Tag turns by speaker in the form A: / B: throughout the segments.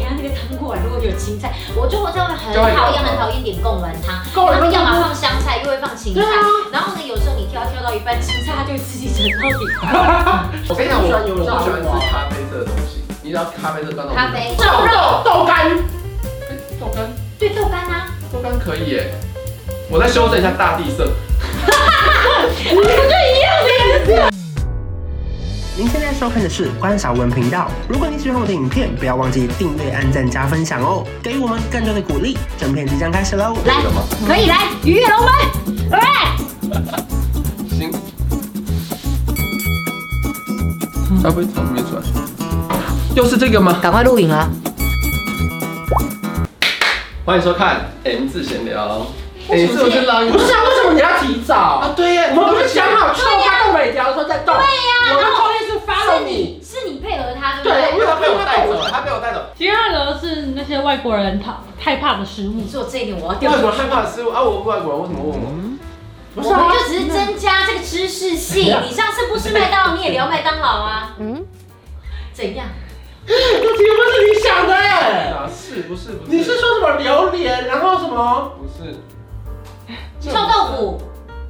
A: 丸如果有芹菜，我觉得我在外面很
B: 就会
A: 讨厌很讨厌点贡丸汤，
B: 够
A: 他
B: 了，
A: 们要么
B: 够了
A: 放香菜，又会放芹菜
B: 对，啊，
A: 然后呢，有时候你挑挑到一半，芹菜它就会自己沉到底。
C: 我跟你讲，我
B: 不喜欢
C: 我
B: 油
C: 不
B: 肉
C: 喜欢吃咖啡色的东西，你知道咖啡色干到
A: 咖啡
B: 豆豆豆干，
C: 豆干
A: 对豆干啊，
C: 豆干可以耶，我再修正一下大地色，
D: 您现在收看的是关少文频道。如果你喜欢我的影片，不要忘记订阅、按赞、加分享哦，给予我们更多的鼓励。整片即将开始喽！
A: 来
C: 什么？
A: 可以来鱼跃龙门，来，
C: 行。它不会从里面出来？又是这个吗？
A: 赶快录影啊！
C: 欢迎收看 M 字闲聊。哎，你是不是浪？
B: 不是啊，为什么你要提早？
C: 啊，对耶，
B: 我
C: 你
B: 们
C: 都
B: 不
C: 没
B: 是讲好吃豆干豆美条说在豆，
A: 对呀
B: 我
A: 然
B: 们
A: 后
B: 后面是 follow
A: 是
B: 你，
A: 你是你配合他，对不
B: 对
A: 对？
C: 因为他被我带走了，他被我带走。
E: 第二楼是那些外国人讨害怕的食物
A: 你，做这一点，我要掉
C: 为什
A: 下
C: 么
A: 去。
C: 害怕失误啊？我外国人为什么问我？
B: 不
A: 我们就只是增加这个知识性。你上次不吃麦当劳，你也聊麦当劳啊？嗯，怎样？
B: 这题不是你想的哎，
C: 啊，是不是不是？
B: 你是说什么榴莲，然后什么？
C: 不是？
A: 臭豆腐，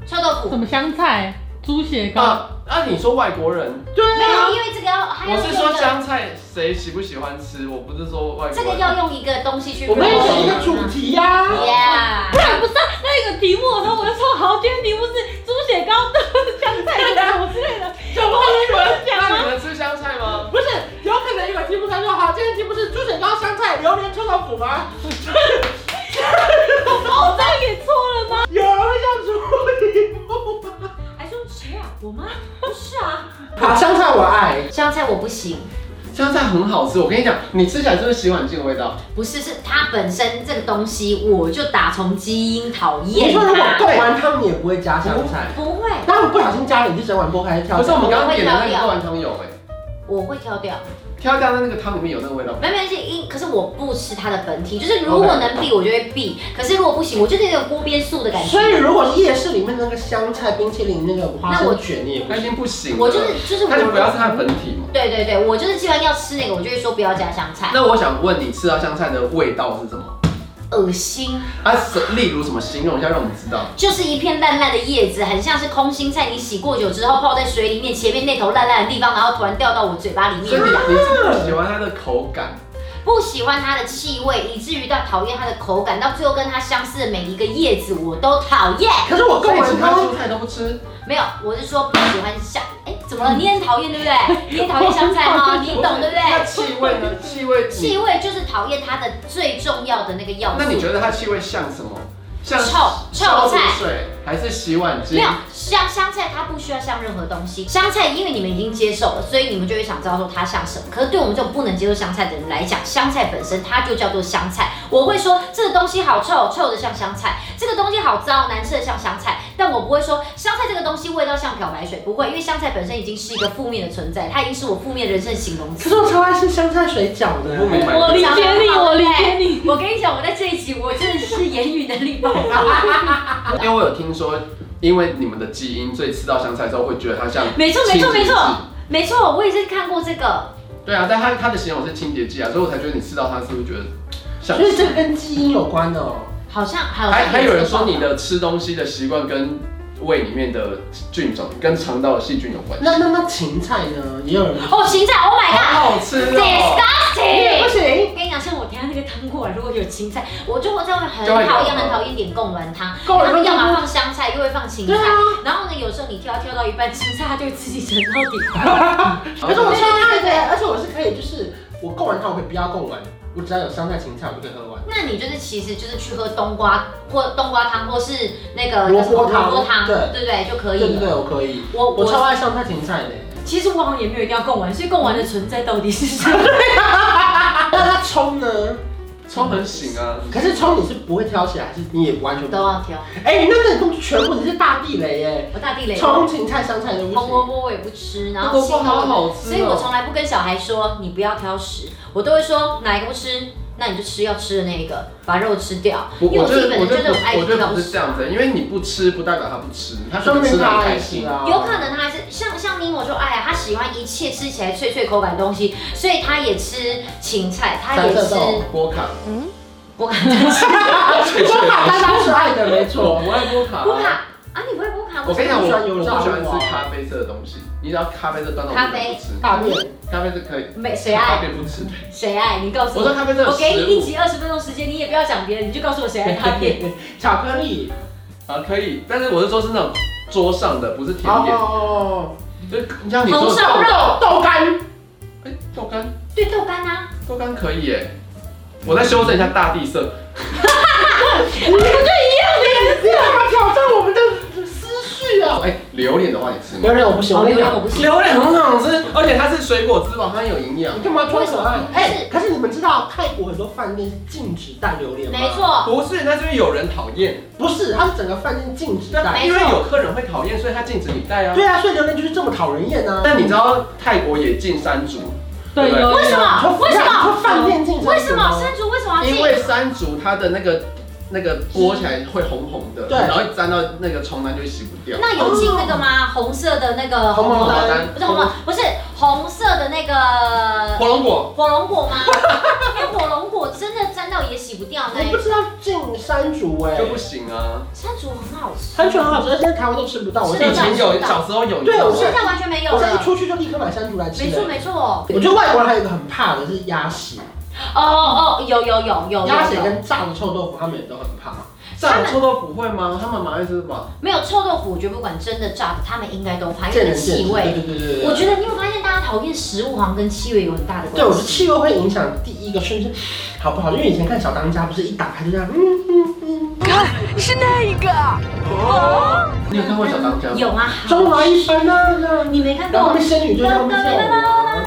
A: 臭豆
E: 什
A: 腐。
E: 么香菜、猪血糕，
C: 啊啊！你说外国人，
B: 对
A: 没
B: 啊
A: 有，，因为这个要还
C: 我
A: 要
C: 是说
A: 用一个，
C: 香菜谁喜不喜欢吃，我不是说外国人。
A: 这个要用一个东西去。
B: 我们要选一个主。题啊
A: Yeah。
B: 呀。
E: 对，不是啊那个题目，然后我就说好，今天题目是猪血糕、香菜什么之类的，
B: 怎么会有人讲
C: 那
B: 吗？
C: 你们吃香菜吗？
B: 不是，有可能有题目他说好，这个题目是猪血糕、香菜、榴莲、臭豆腐吗？
E: 把我这样给错了吗？
B: 有人要出题目吗？
A: 还说谁啊？我吗？不是啊。
B: 好，香菜我爱，
A: 香菜我不行，
C: 香菜很好吃，我跟你讲，你吃起来就是洗碗巾的味道。
A: 不是是它本身这个东西，我就打从基因讨
B: 你
A: 厌
B: 说如果
A: 它。
B: 冻完他们也不会加香菜，
A: 不会，
B: 他们不小心加了，你是整碗剥开挑。
C: 不是我们刚刚点的那个豆丸汤有哎、
A: 我会挑掉。
C: 挑掉的那个汤里面有那个味道。
A: 没关系，因可是我不吃它的本体，就是如果能避我就会避，可是如果不行，我就是有点锅边素的感
B: 所
A: 觉。
B: 以如果是夜市里面那个香菜冰淇淋那个花生卷，你也不
C: 那已经不行了，
A: 我就是就是
C: 那就不要吃它的
A: 我，
C: 本体嘛。
A: 对对对，我就是既然要吃那个，我就会说不要加香菜，
C: 那我想问你，吃到香菜的味道是什么？
A: 恶心，
C: 啊，什例如什么形容一下让我们知道？
A: 就是一片烂烂的叶子，很像是空心菜，你洗过酒之后泡在水里面，前面那头烂烂的地方，然后突然掉到我嘴巴里
C: 所以
A: 面
C: 你
A: 一样。
C: 你是不喜欢它的口感，
A: 不喜欢它的气味，以至于到讨厌它的口感，到最后跟它相似的每一个叶子我都讨厌。
B: 可是
C: 所
B: 我跟
C: 以
B: 我
C: 其他
B: 汤
C: 蔬菜都不吃。
A: 没有，我是说不喜欢香。哎，怎么了？你也很讨厌对不 对？你也讨厌香菜哈，你也懂对不
C: 那
A: 对？
C: 气味呢？气味你
A: 气味 就是讨厌它的最重要的那个要素。
C: 那你觉得它气味像什么？像
A: 臭
C: 消
A: 臭
C: 毒
A: 菜
C: 水还是洗碗巾？
A: 没有像香菜，它不需要像任何东西。香菜，因为你们已经接受了，所以你们就会想知道说它像什么。可是对我们这种不能接受香菜的人来讲，香菜本身它就叫做香菜。我会说这个东西好臭，臭的像香菜；这个东西好糟，难吃的像香菜。但我不会说香菜这个东西味道像漂白水，不会，因为香菜本身已经是一个负面的存在，它已经是我负面人生形容
B: 可
A: 词。
B: 是我超爱吃香菜水饺的
C: 我。不明白。
E: 我理解你，我理解你。
A: 我跟你讲，我在这一集我真的是言语能力爆发。
C: 因为我有听说，因为你们的基因，所以吃到香菜之后会觉得它像
A: 没错，没错，没
C: 清洁剂
A: 错，没错，我也是看过这个。
C: 对啊，但它它的形容是清洁剂啊，所以我才觉得你吃到它是不是觉得像
B: 所。以这跟基因有关的哦。
A: 好像还有
C: 还还有
A: 这
C: 人
A: 个
C: 说
A: 报道
C: 你的吃东西的习惯跟胃里面的菌种跟肠道的细菌有关。
B: 那那那芹菜呢？也有人
A: 哦，芹菜，Oh my
C: 好好吃哦！
B: 也不
A: God，disgusting！
B: 行。
A: 跟你讲，像我等一下那个汤锅啊，如果有芹菜，我就我在外面很
C: 就会有
A: 讨厌很讨厌点贡丸汤，
B: 贡丸
A: 他们
B: 汤
A: 要么放香菜，又会放芹菜
B: 对啊，
A: 然后呢，有时候你挑挑到一半，芹菜它就会自己沉到底。
B: 可是
A: 哦
B: 我超爱的，而且我是可以，就是我供完它，我可以不要供完，我只要有香菜、芹菜，我就可以喝完。
A: 那你就是其实就是去喝冬瓜或冬瓜汤，或是那个
B: 萝卜汤
A: 萝卜汤，
B: 对
A: 对不对？就可
B: 对
A: 以
B: 对
A: 了。
B: 对，我可以。
A: 我
B: 我超
A: 我
B: 爱香菜、芹菜的。
A: 其实我好像也没有一定要贡丸，所以贡丸的存在到底是什么？啊
B: 那它葱呢？
C: 葱很醒啊，
B: 可是葱你是不会挑起来，还是你也完全不
A: 都？要挑，
B: 哎，你那个东西全部你是大地雷耶！
A: 我大地雷。哦
B: 葱、芹菜、香菜都不
A: 红萝
B: 行。
A: 卜我也不吃，然
C: 那
A: 后
C: 萝卜
A: 青萝
C: 好好吃哦
A: 所以我从来不跟小孩说你不要挑食，我都会说哪一个不吃，那你就吃要吃的那个，把肉吃掉。
C: 我
A: 因为
C: 我
A: 我
C: 觉
A: 自己
C: 得
A: 本
C: 我
A: 人就
C: 觉
A: 是
C: 得
A: 那种爱
C: 不我觉
A: 吃
C: 得
A: 到
C: 不是这样子，因为你不吃不代表他不吃，他可
B: 啊说
C: 能
B: 明
C: 吃的
B: 他
C: 很开
B: 爱
C: 心
B: 吃。啊，
A: 有 可能他还是像像妮我说，哎呀，他喜欢一切吃起来脆脆口感的东西，所以他也吃芹菜，他
B: 三
A: 也
B: 色
A: 吃
B: 豆、波卡，
A: 啊波卡，波
B: 波卡大家都是爱的，没错，我爱波卡。
A: 卡啊，你不会波卡？
C: 我跟你讲，我
B: 我喜欢
C: 我
B: 油
C: 不
B: 的
C: 喜
B: 话
C: 欢吃咖啡色的东西，你只要咖啡色端到
A: 咖
C: 我
A: 啡
C: 面前不吃，
B: 大便，
C: 咖啡是可以，
A: 没谁
C: 咖
A: 爱
C: 啡不吃。
A: 谁爱，你告诉
C: 我说
A: 我。
C: 咖啡色
A: 我
C: 的
A: 给你
C: 食
A: 一
C: 物
A: 集二十分钟时间，你也不要讲别人，你就告诉我谁爱他变。
B: 巧克力，
C: 啊可以，但是我是说是那种桌上的，不是甜点，
B: 哦，
C: 就是像你说
A: 红
C: 的
A: 烧
C: 豆
A: 肉，
B: 豆干，
C: 哎豆干
A: 对豆干啊，
C: 豆干可以耶，我再修正一下大地色，
B: 你干嘛挑战我们的思绪啊？
C: 哎榴莲的话你吃吗？
B: 榴莲我不喜欢，
A: 哦
B: 我跟你
A: 榴莲
B: 讲
A: 我，不行。
C: 榴莲很好吃，而且它是水果之王，它很有营养
B: 你。干嘛装可
A: 为
B: 爱？
A: 什么
B: 哎，可是你们知道泰国很多饭店是禁止带榴莲吗？
A: 没，错，
C: 不是，那是因为有人讨厌，
B: 不是，它是整个饭店禁止
C: 那
B: 带。
A: 没
C: 因为
A: 错
C: 有客人会讨厌，所以他禁止你带啊。
B: 对啊，所以榴莲就是这么讨人厌啊。
C: 但你知道泰国也禁山竹，
E: 对，有
A: 为什
B: 你说
A: 么？为什
B: 你
A: 么？
B: 说饭店禁止？
A: 为什么山竹为什么要
C: 因
A: 进？
C: 为山竹它的那个那个剥起来会红红的，
B: 对
C: 然后一沾到那个床单就会洗不掉。
A: 那有进那个吗？红色的那个
B: 红毛丹
A: 不是红毛，不是红色的那个
C: 火龙果，
A: 火龙果 吗？因为火龙果真的沾到也洗不掉呢
B: 你。不知道进山竹哎
C: 就，不行啊！
A: 山竹很好吃，
B: 山竹很好吃，而且在台湾都吃不到。我
A: 是
B: 真
C: 以
B: 的
C: 前有，小时候有，你知道
B: 对我
A: 现
C: 吗？
A: 在完全没有
B: 我现在一
A: 了。
B: 出去就立刻买山竹来吃。欸
A: 没错没错，
B: 我觉得外国人还有一个很怕的是鸭屎，
A: 哦哦，有有有有有
B: 鸭血
A: 有，
B: 跟炸的臭豆腐他们也都很怕。
C: 炸的臭豆腐会吗？他们蛮爱吃的吧？
A: 没有臭豆腐，我觉得不管真的炸的，他们应该都怕，因为
B: 见
A: 那
B: 仁见智
A: 气味。
B: 对对对对对。
A: 我觉得你有没有发现，大家讨厌食物好像跟气味有很大的
B: 对，我
A: 关
B: 觉得
A: 系。
B: 气味会影响第一个瞬间好不好，因为以前看小当家不是一打开就这样，嗯，
F: 是那一个。
C: 你有看过小当家吗？
A: 有啊，
B: 中华一番啊，这样
A: 你没看
B: 然后
A: 过
B: 他们？仙女就在那边跳舞啊。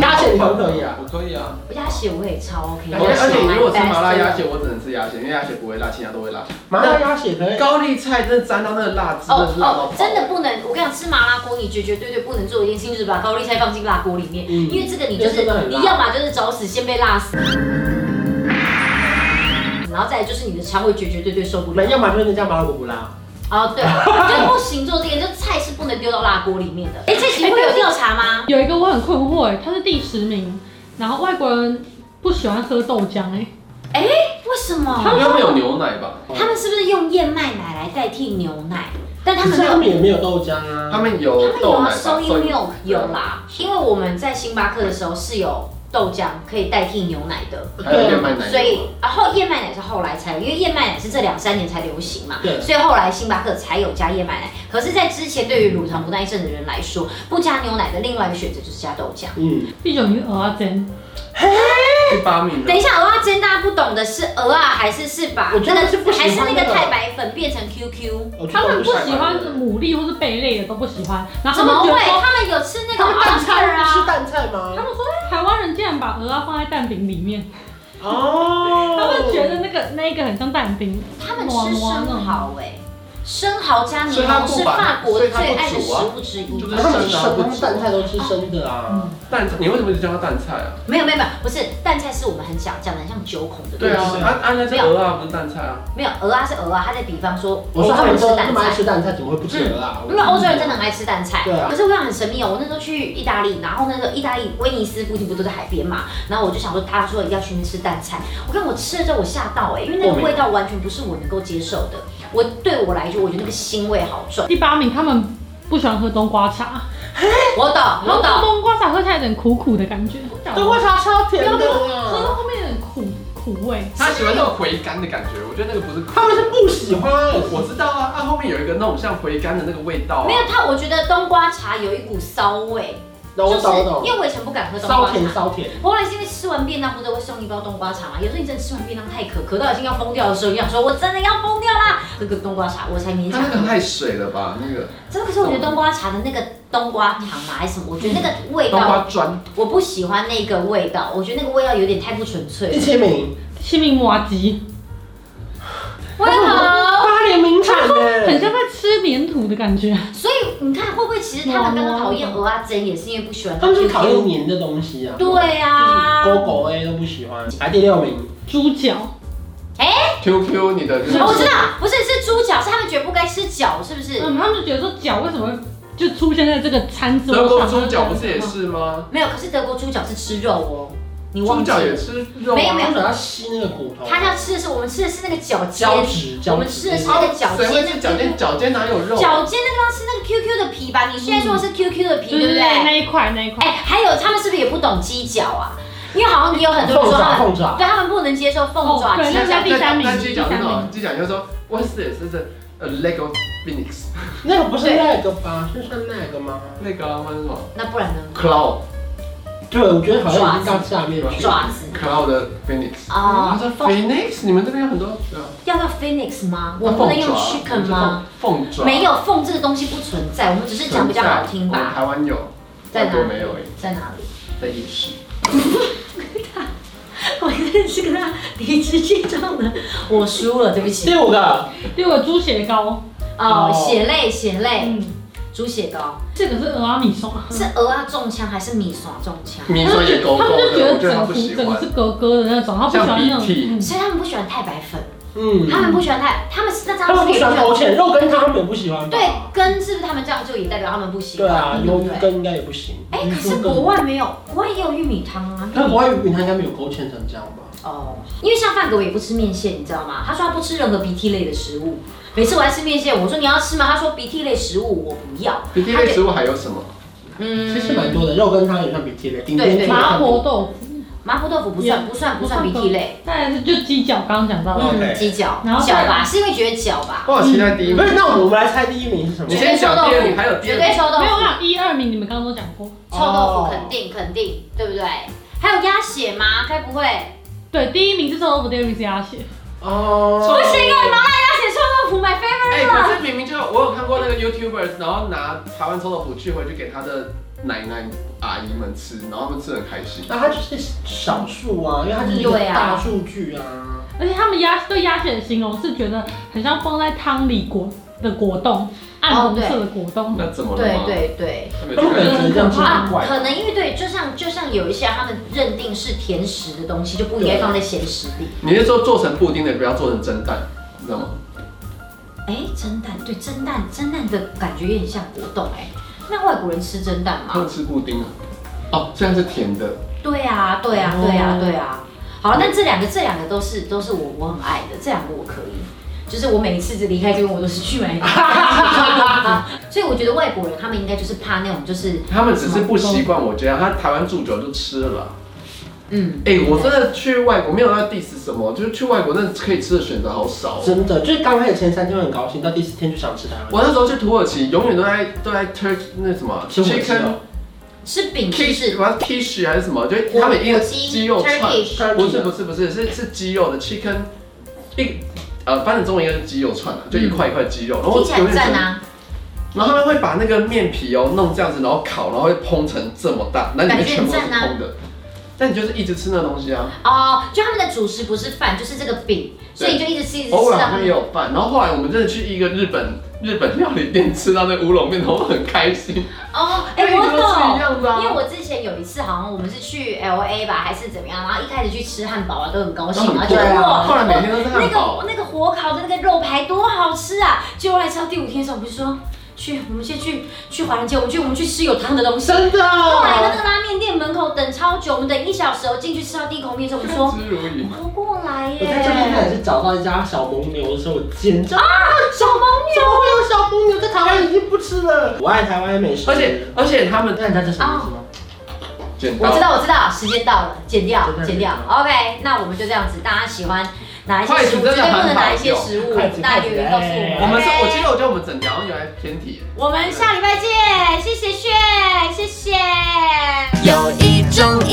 B: 鸭血你可不可以啊？
C: 我可以啊。
A: 鸭血我也超 OK，
C: 而且而且你如果吃麻辣鸭
A: 血，
C: 血，我只能吃鸭血，因为鸭血不会辣，其他都会辣。
B: 麻辣鸭血可 以。
C: 高丽菜真的沾到那个辣汁，真的
A: 哦
C: 是辣到
A: 哦
C: 爆，哎
A: 真的不能，我跟你讲，吃麻辣锅你绝绝对对不能做的一件事情就是把高丽菜放进辣锅里面，
B: 嗯
A: 因为这个你就
B: 因为
A: 是
B: 真的很辣
A: 你要么就是找死先被辣死，然后再来就是你的肠胃绝绝对对受不了
B: 人。要么就是那家麻辣锅不辣。
A: 哦，对，就不行做这个，就菜是不能丢到辣锅里面的。哎，这题会有调查吗？
E: 有一个我很困惑哎，它是第十名，然后外国人不喜欢喝豆浆哎，
A: 为什么？
C: 因为没有牛奶吧？
A: 他们是不是用燕麦奶来代替牛奶？但他
B: 可
A: 们
B: 是
A: 没
B: 他
A: 有
B: 们也没有豆浆啊。
C: 他们有
A: 他们有
C: 豆
A: 啊
C: 奶吧？
A: 收
C: 所
A: 音
C: 以
A: milk 有啦，因为我们在星巴克的时候是有豆浆可以代替牛奶的，
C: 还有
B: 啊
C: 燕麦奶油。
A: 所以然后燕麦奶是后来才有，因为燕麦奶是这两三年才流行嘛，
B: 对
A: 所以后来星巴克才有加燕麦奶。可是，在之前对于乳糖不耐症的人来说，不加牛奶的另外一个选择就是加豆浆。
B: 嗯，
E: 一种鱼蚵仔煎，
C: 第八名呢
A: 等一下，我要煎大家不懂的是鹅啊，还是是把
B: 我觉得是不喜
A: 还
B: 欢
A: 是那
B: 那
A: 个
B: 个
A: 太白粉变成 QQ？
B: 我去
E: 他们
B: 动
E: 不
B: 物
E: 喜
B: 园
E: 欢牡蛎或是贝类的都不喜欢，然后
A: 怎
E: 他们
A: 么
E: 觉
A: 会
E: 得？说
A: 他们有吃那个
B: 他们蛋
A: oyster
B: 菜吃
A: 啊？
B: 蛋菜
E: 他
B: 吗？
E: 们说台湾人竟然把鹅啊放在蛋饼里面，
B: 哦，
E: 他们觉得那个那一个很像蛋饼，
A: 他们吃生蚝哎、生蚝加柠
C: 所以他
A: 檬
C: 不
A: 是
C: 把
A: 法国
C: 所以
A: 最
C: 他不
A: 爱的
C: 煮啊
A: 食物之一。
C: 就是
B: 他们生
C: 生
B: 他
C: 的
B: 们蛋菜都吃生的啊。
C: 蛋菜，你为什么一直叫它蛋菜啊？
A: 没有没有没有，不是蛋菜是我们很讲讲的很像九孔的东
C: 对
A: 西。
C: 啊，按按那是鹅啊，不是蛋菜啊。
A: 没有鹅啊是鹅啊，他在比方说
B: 我
A: 欧
B: 说他
A: 洲
B: 们
A: 人吃
B: 真的那
A: 蛋
B: 么爱
A: 菜。
B: 吃蛋菜，怎么会不吃鹅啊？
A: 因为欧洲人真的很爱吃蛋菜，
B: 对啊
A: 可是我想很神秘哦。我那时候去意大利，然后那个意大利威尼斯附近不都在海边嘛，然后我就想说，他说一定要去那吃蛋菜。我看我吃了之后，我吓到哎、因为那
C: 过
A: 个
C: 敏
A: 味道完全不是我能够接受的。我对我来说，我觉得那个腥味好重。
E: 第八名他们不喜欢喝冬瓜茶，
A: 我懂，
E: 然
A: 我
E: 后
A: 懂。
E: 冬瓜茶喝起来有点苦苦的感觉，
B: 冬瓜茶超
E: 不
B: 甜
E: 要
B: 的
E: 喝喝到
B: 啊，
E: 后面有点苦苦味，
C: 他喜欢那种回甘的感觉，我觉得那个不是苦。
B: 他们是不喜欢。
C: 我知道啊，它后面有一个那种像回甘的那个味道、啊。
A: 没有它，我觉得冬瓜茶有一股骚味，
B: 那我懂我懂
A: 因，为我以前不敢喝冬瓜
B: 烧甜
A: 茶。
B: 烧甜。
A: 我后来是因为吃完便当，不是会送一包冬瓜茶嘛？有时候你真的吃完便当太渴，渴到已经要疯掉的时候，你想说我真的要疯掉啦，喝个冬瓜茶我才勉
C: 它
A: 强
C: 那个
A: 喝。
C: 太水了吧？那个
A: 真的，可是我觉得冬瓜茶的那个冬瓜糖嘛还是什么，我觉得那个味
C: 冬
A: 道
C: 瓜砖，
A: 我不喜欢那个味道，我觉得那个味道有点太不纯粹
B: 第
A: 了。
B: 七名，
E: 西明麻吉，
A: 为何？
B: 花莲名产
E: 很
B: 呢，
E: 的感觉。
A: 所以你看，会不会其实他们刚刚讨厌鹅啊珍，也是因为不喜欢
B: 他们就讨厌黏的东西啊，
A: 对啊，
B: 狗狗 A 都不喜欢。排第六名，
E: 猪脚，
C: QQ 你的就是
A: 哦，我知道，不是是猪脚，是他们觉得不该吃脚，是不是？
E: 嗯，他们就觉得说脚为什么就出现在这个餐桌上？
C: 德国猪脚不是也是吗？
A: 没有，可是德国猪脚是吃肉哦，你
C: 猪
A: 忘记
C: 脚也
A: 了？
C: 吃
B: 肉啊
A: 没有没有
B: 它要吸那个骨头，啊
A: 他要吃的是我们吃的是那个脚尖，
B: 哦胶质，
A: 我
B: 胶
A: 们吃
B: 质
A: 的是。那个脚
C: 哦谁会
A: 尖，
C: 吃脚尖？脚尖哪有肉？啊
A: 脚尖那地方是那个 QQ 的皮吧？你现在说的是 QQ 的皮，
E: 对
A: 对不
E: 对对，
A: 对？
E: 那一块那一
A: 哎、
E: 块。
A: 还有他们是不是也不懂鸡脚啊？因为好像也有很多人说
B: 凤爪，
A: 他们
B: 凤爪，
A: 对他们不能接受凤爪、
E: 哦对
A: 鸡脚
E: 那第三名
C: 那鸡脚是什
E: 第三
C: 么？
E: 名
C: 鸡脚就是说 what's this？这是呃 Lego Phoenix
B: 那个不是那个吧？是算那个吗？
C: 那个啊，那是什么
A: 那不然呢？
C: Cloud
B: 对，我觉得好像已经到下面去了。
A: 爪子
C: Cloud 的 Phoenix。
A: 啊、
C: 嗯他说 Phoenix，你们这边有很多对啊
A: 要到 phoenix 吗？我不能用
C: 凤爪
A: chicken 吗？？
C: 凤爪
A: 没有凤这个东西不存在，我们只是讲比较好听
C: 我们
A: 吧。
C: 台湾有，
A: 在哪
C: 外
A: 里
C: 国没有欸诶，
A: 在哪里？
C: 在夜市。
A: 我真是跟他理直气壮的，我输了，对不起
B: 第。五个，
E: 第五个猪血糕，
A: 哦，
B: 哦
A: 血泪血泪，
E: 嗯，
A: 猪血糕
E: 这个是俄阿米松，
A: 哎
B: 嗯
A: 是鹅啊中枪还是米耍中枪？
C: 明说 也勾勾
E: 他们就觉
C: 的，我
E: 得
C: 觉得他
E: 整
C: 不
E: 糊
C: 喜
E: 整个
C: 欢
E: 是。格格的那种，他不喜欢那
C: 像鼻涕
E: 种。嗯
A: 所以他们不喜欢太白粉，
B: 嗯，
A: 他们不喜欢太，他们是那张
B: 他们不喜欢勾芡，肉跟汤他们也不喜欢吧。
A: 对，根是不是他们这样就也代表他们不喜欢？
B: 对啊，
A: 对
B: 油
A: 不对？
B: 根应该也不行。
A: 哎，可是国，外没有，国外也有玉米汤啊。
B: 那国外鱼它应该没有勾芡成这样吧？
A: 哦，因为像范哥我也不吃面线，你知道吗？他说他不吃任何鼻涕类的食物。每次我来吃面线，我说你要吃吗？他说鼻涕类食物我不要。
C: 鼻涕类食物还有什么？
A: 嗯，
B: 其实蛮多的，肉跟汤也算鼻涕类，顶多
A: 对对
E: 嗯麻婆豆腐，
A: 麻婆豆腐不算，
E: 也
A: 不算，不
E: 不
A: 算
E: 算
A: 鼻涕类。
E: 再来是就鸡脚，刚刚讲到的，
A: 嗯，
B: OK
A: 鸡脚，
E: 然后
A: 脚
E: 再来
A: 吧，是因为觉得脚吧。
C: 我好期待第一
B: 不
C: 名
A: 嗯
B: 是，。那我们来猜第一名是什么
C: 你？先讲第二名，还有第
A: 绝
C: 二
A: 对
C: 名。
A: 臭豆
E: 没有
A: 腐，
B: 啊
E: 啦，一二名你们刚刚都讲过。
A: 臭豆腐
B: 哦
A: 肯定肯定，对不对？还有鸭血吗？该不会？
E: 对，第一名是臭豆腐，第二名是鸭血。
B: 哦，
A: 不行啊，麻辣鸭血臭豆腐，my favorite。
C: 哎，可是明明就是我有看过那个 YouTuber，然后拿台湾臭豆腐去回去给他的奶奶阿姨们吃，然后他们吃得很开心。
B: 那它就是少数啊，因为它就是一个
A: 对啊
B: 大数据啊。
E: 而且他们鸭对鸭血的形容是觉得很像放在汤里裹的果冻，暗红色的果冻。
C: 那怎么了
A: 对
C: 吗？
A: 对对。
C: 他们
B: 他们可能觉得这样是
A: 啊
B: 很，怪
A: 可
B: 的。
A: 能因为对，就像就像有一些他们认定是甜食的东西，就不应该放在咸食里。
C: 你是说做成布丁的，不要做成蒸蛋，你知道吗？
A: 啊哎，蒸蛋，对，蒸蛋，蒸蛋的感觉有点像果冻哎。那外国人吃蒸蛋
C: 他
A: 吗
C: 们？吃布丁啊。哦，虽然是甜的，
A: 对啊，对啊，
B: 哦
A: 对啊，对啊。好，那这两个这两个都是都是我我很爱的，这两个我可以，就是我每一次离开这边，我都是去买。 所以我觉得外国人他们应该就是怕那种就是
C: 他们只是不习惯我这样。他台湾住久就吃了啦。
A: 嗯，
C: 哎、我真的去外国没有要 diss 什么，就是去外国那可以吃的选择好少、哦。
B: 真的，就是刚开始前三天会很高兴，到第四天就想吃台湾。
C: 我那时候去土耳其，永远都在都在 turk 那什么
B: 吃火鸡哦
A: 吃饼就
C: kish
A: 是
C: 什么 kish 还是什么，就是
A: 火
C: 他们一
A: 火
C: 个
A: 鸡
C: 鸡肉串，
A: Turkish
C: 不是不是不是是是鸡肉的 chicken 一呃翻译中文应该是鸡肉串啊，就一块一块鸡肉，然后
A: 嗯听起来
C: 永
A: 很
C: 远
A: 赞
C: 觉得
A: 啊，
C: 然后他们会把那个面皮哦弄这样子，然后烤，然后会烹成这么大，那里面全部都是
A: 感觉很啊
C: 空的。但你就是一直吃那东西啊，
A: 哦，就他们的主食不是饭，就是这个饼，所以你就一直吃一直吃
C: 偶尔
A: 到
C: 好像也有饭。然后后来我们真的去一个日本日本料理店吃到那乌龙面，然后我很开心。
A: 哦，哎、
C: 因为
A: 我
C: 你都吃一样的啊
A: 懂，因为我之前有一次好像我们是去 L A 吧，还是怎么样，然后一开始去吃汉堡啊，都很高兴
C: 然后
A: 啊，
C: 很
A: 就
C: 贵
A: 哇，
C: 啊后来每天都是
A: 那
C: 汉堡
A: 个那个火烤的那个肉排多好吃啊！结果来吃到第五天的时候，我们就说去，我们先去去华人街，我们去我们去吃有汤的东西。
B: 真的，
A: 后来呢，那个拉面店门口等超久，我们等一小时，我进去吃到第一口面的时候，我们说
C: 之如饴。
A: 活过来
B: 我在这边开
A: 耶，
B: 始找到一家小蒙牛的时候，我尖叫，
A: 小猫
B: 怎么会有小蒙牛在台湾已经不吃了？我爱台湾美食，
C: 而且而且他们
B: 那你知道这什么意思吗？
C: 剪
A: 我知
C: 刀
A: 道，我知道，时间到了，剪掉，剪
B: 剪
A: 掉
B: 掉。
A: OK，那我们就这样子，大家喜欢哪一些食物，
C: 筷
A: 绝
C: 子真
A: 对
C: 的
A: 不能
C: 很好
A: 哪一些食物
B: 筷，子
A: 大家留言告诉我们
B: 筷。子
C: 哎我们是
A: OK
C: 我记得我觉得我们整条有来偏题。
A: 我们下礼拜见，谢谢炫，谢谢。
F: 有一种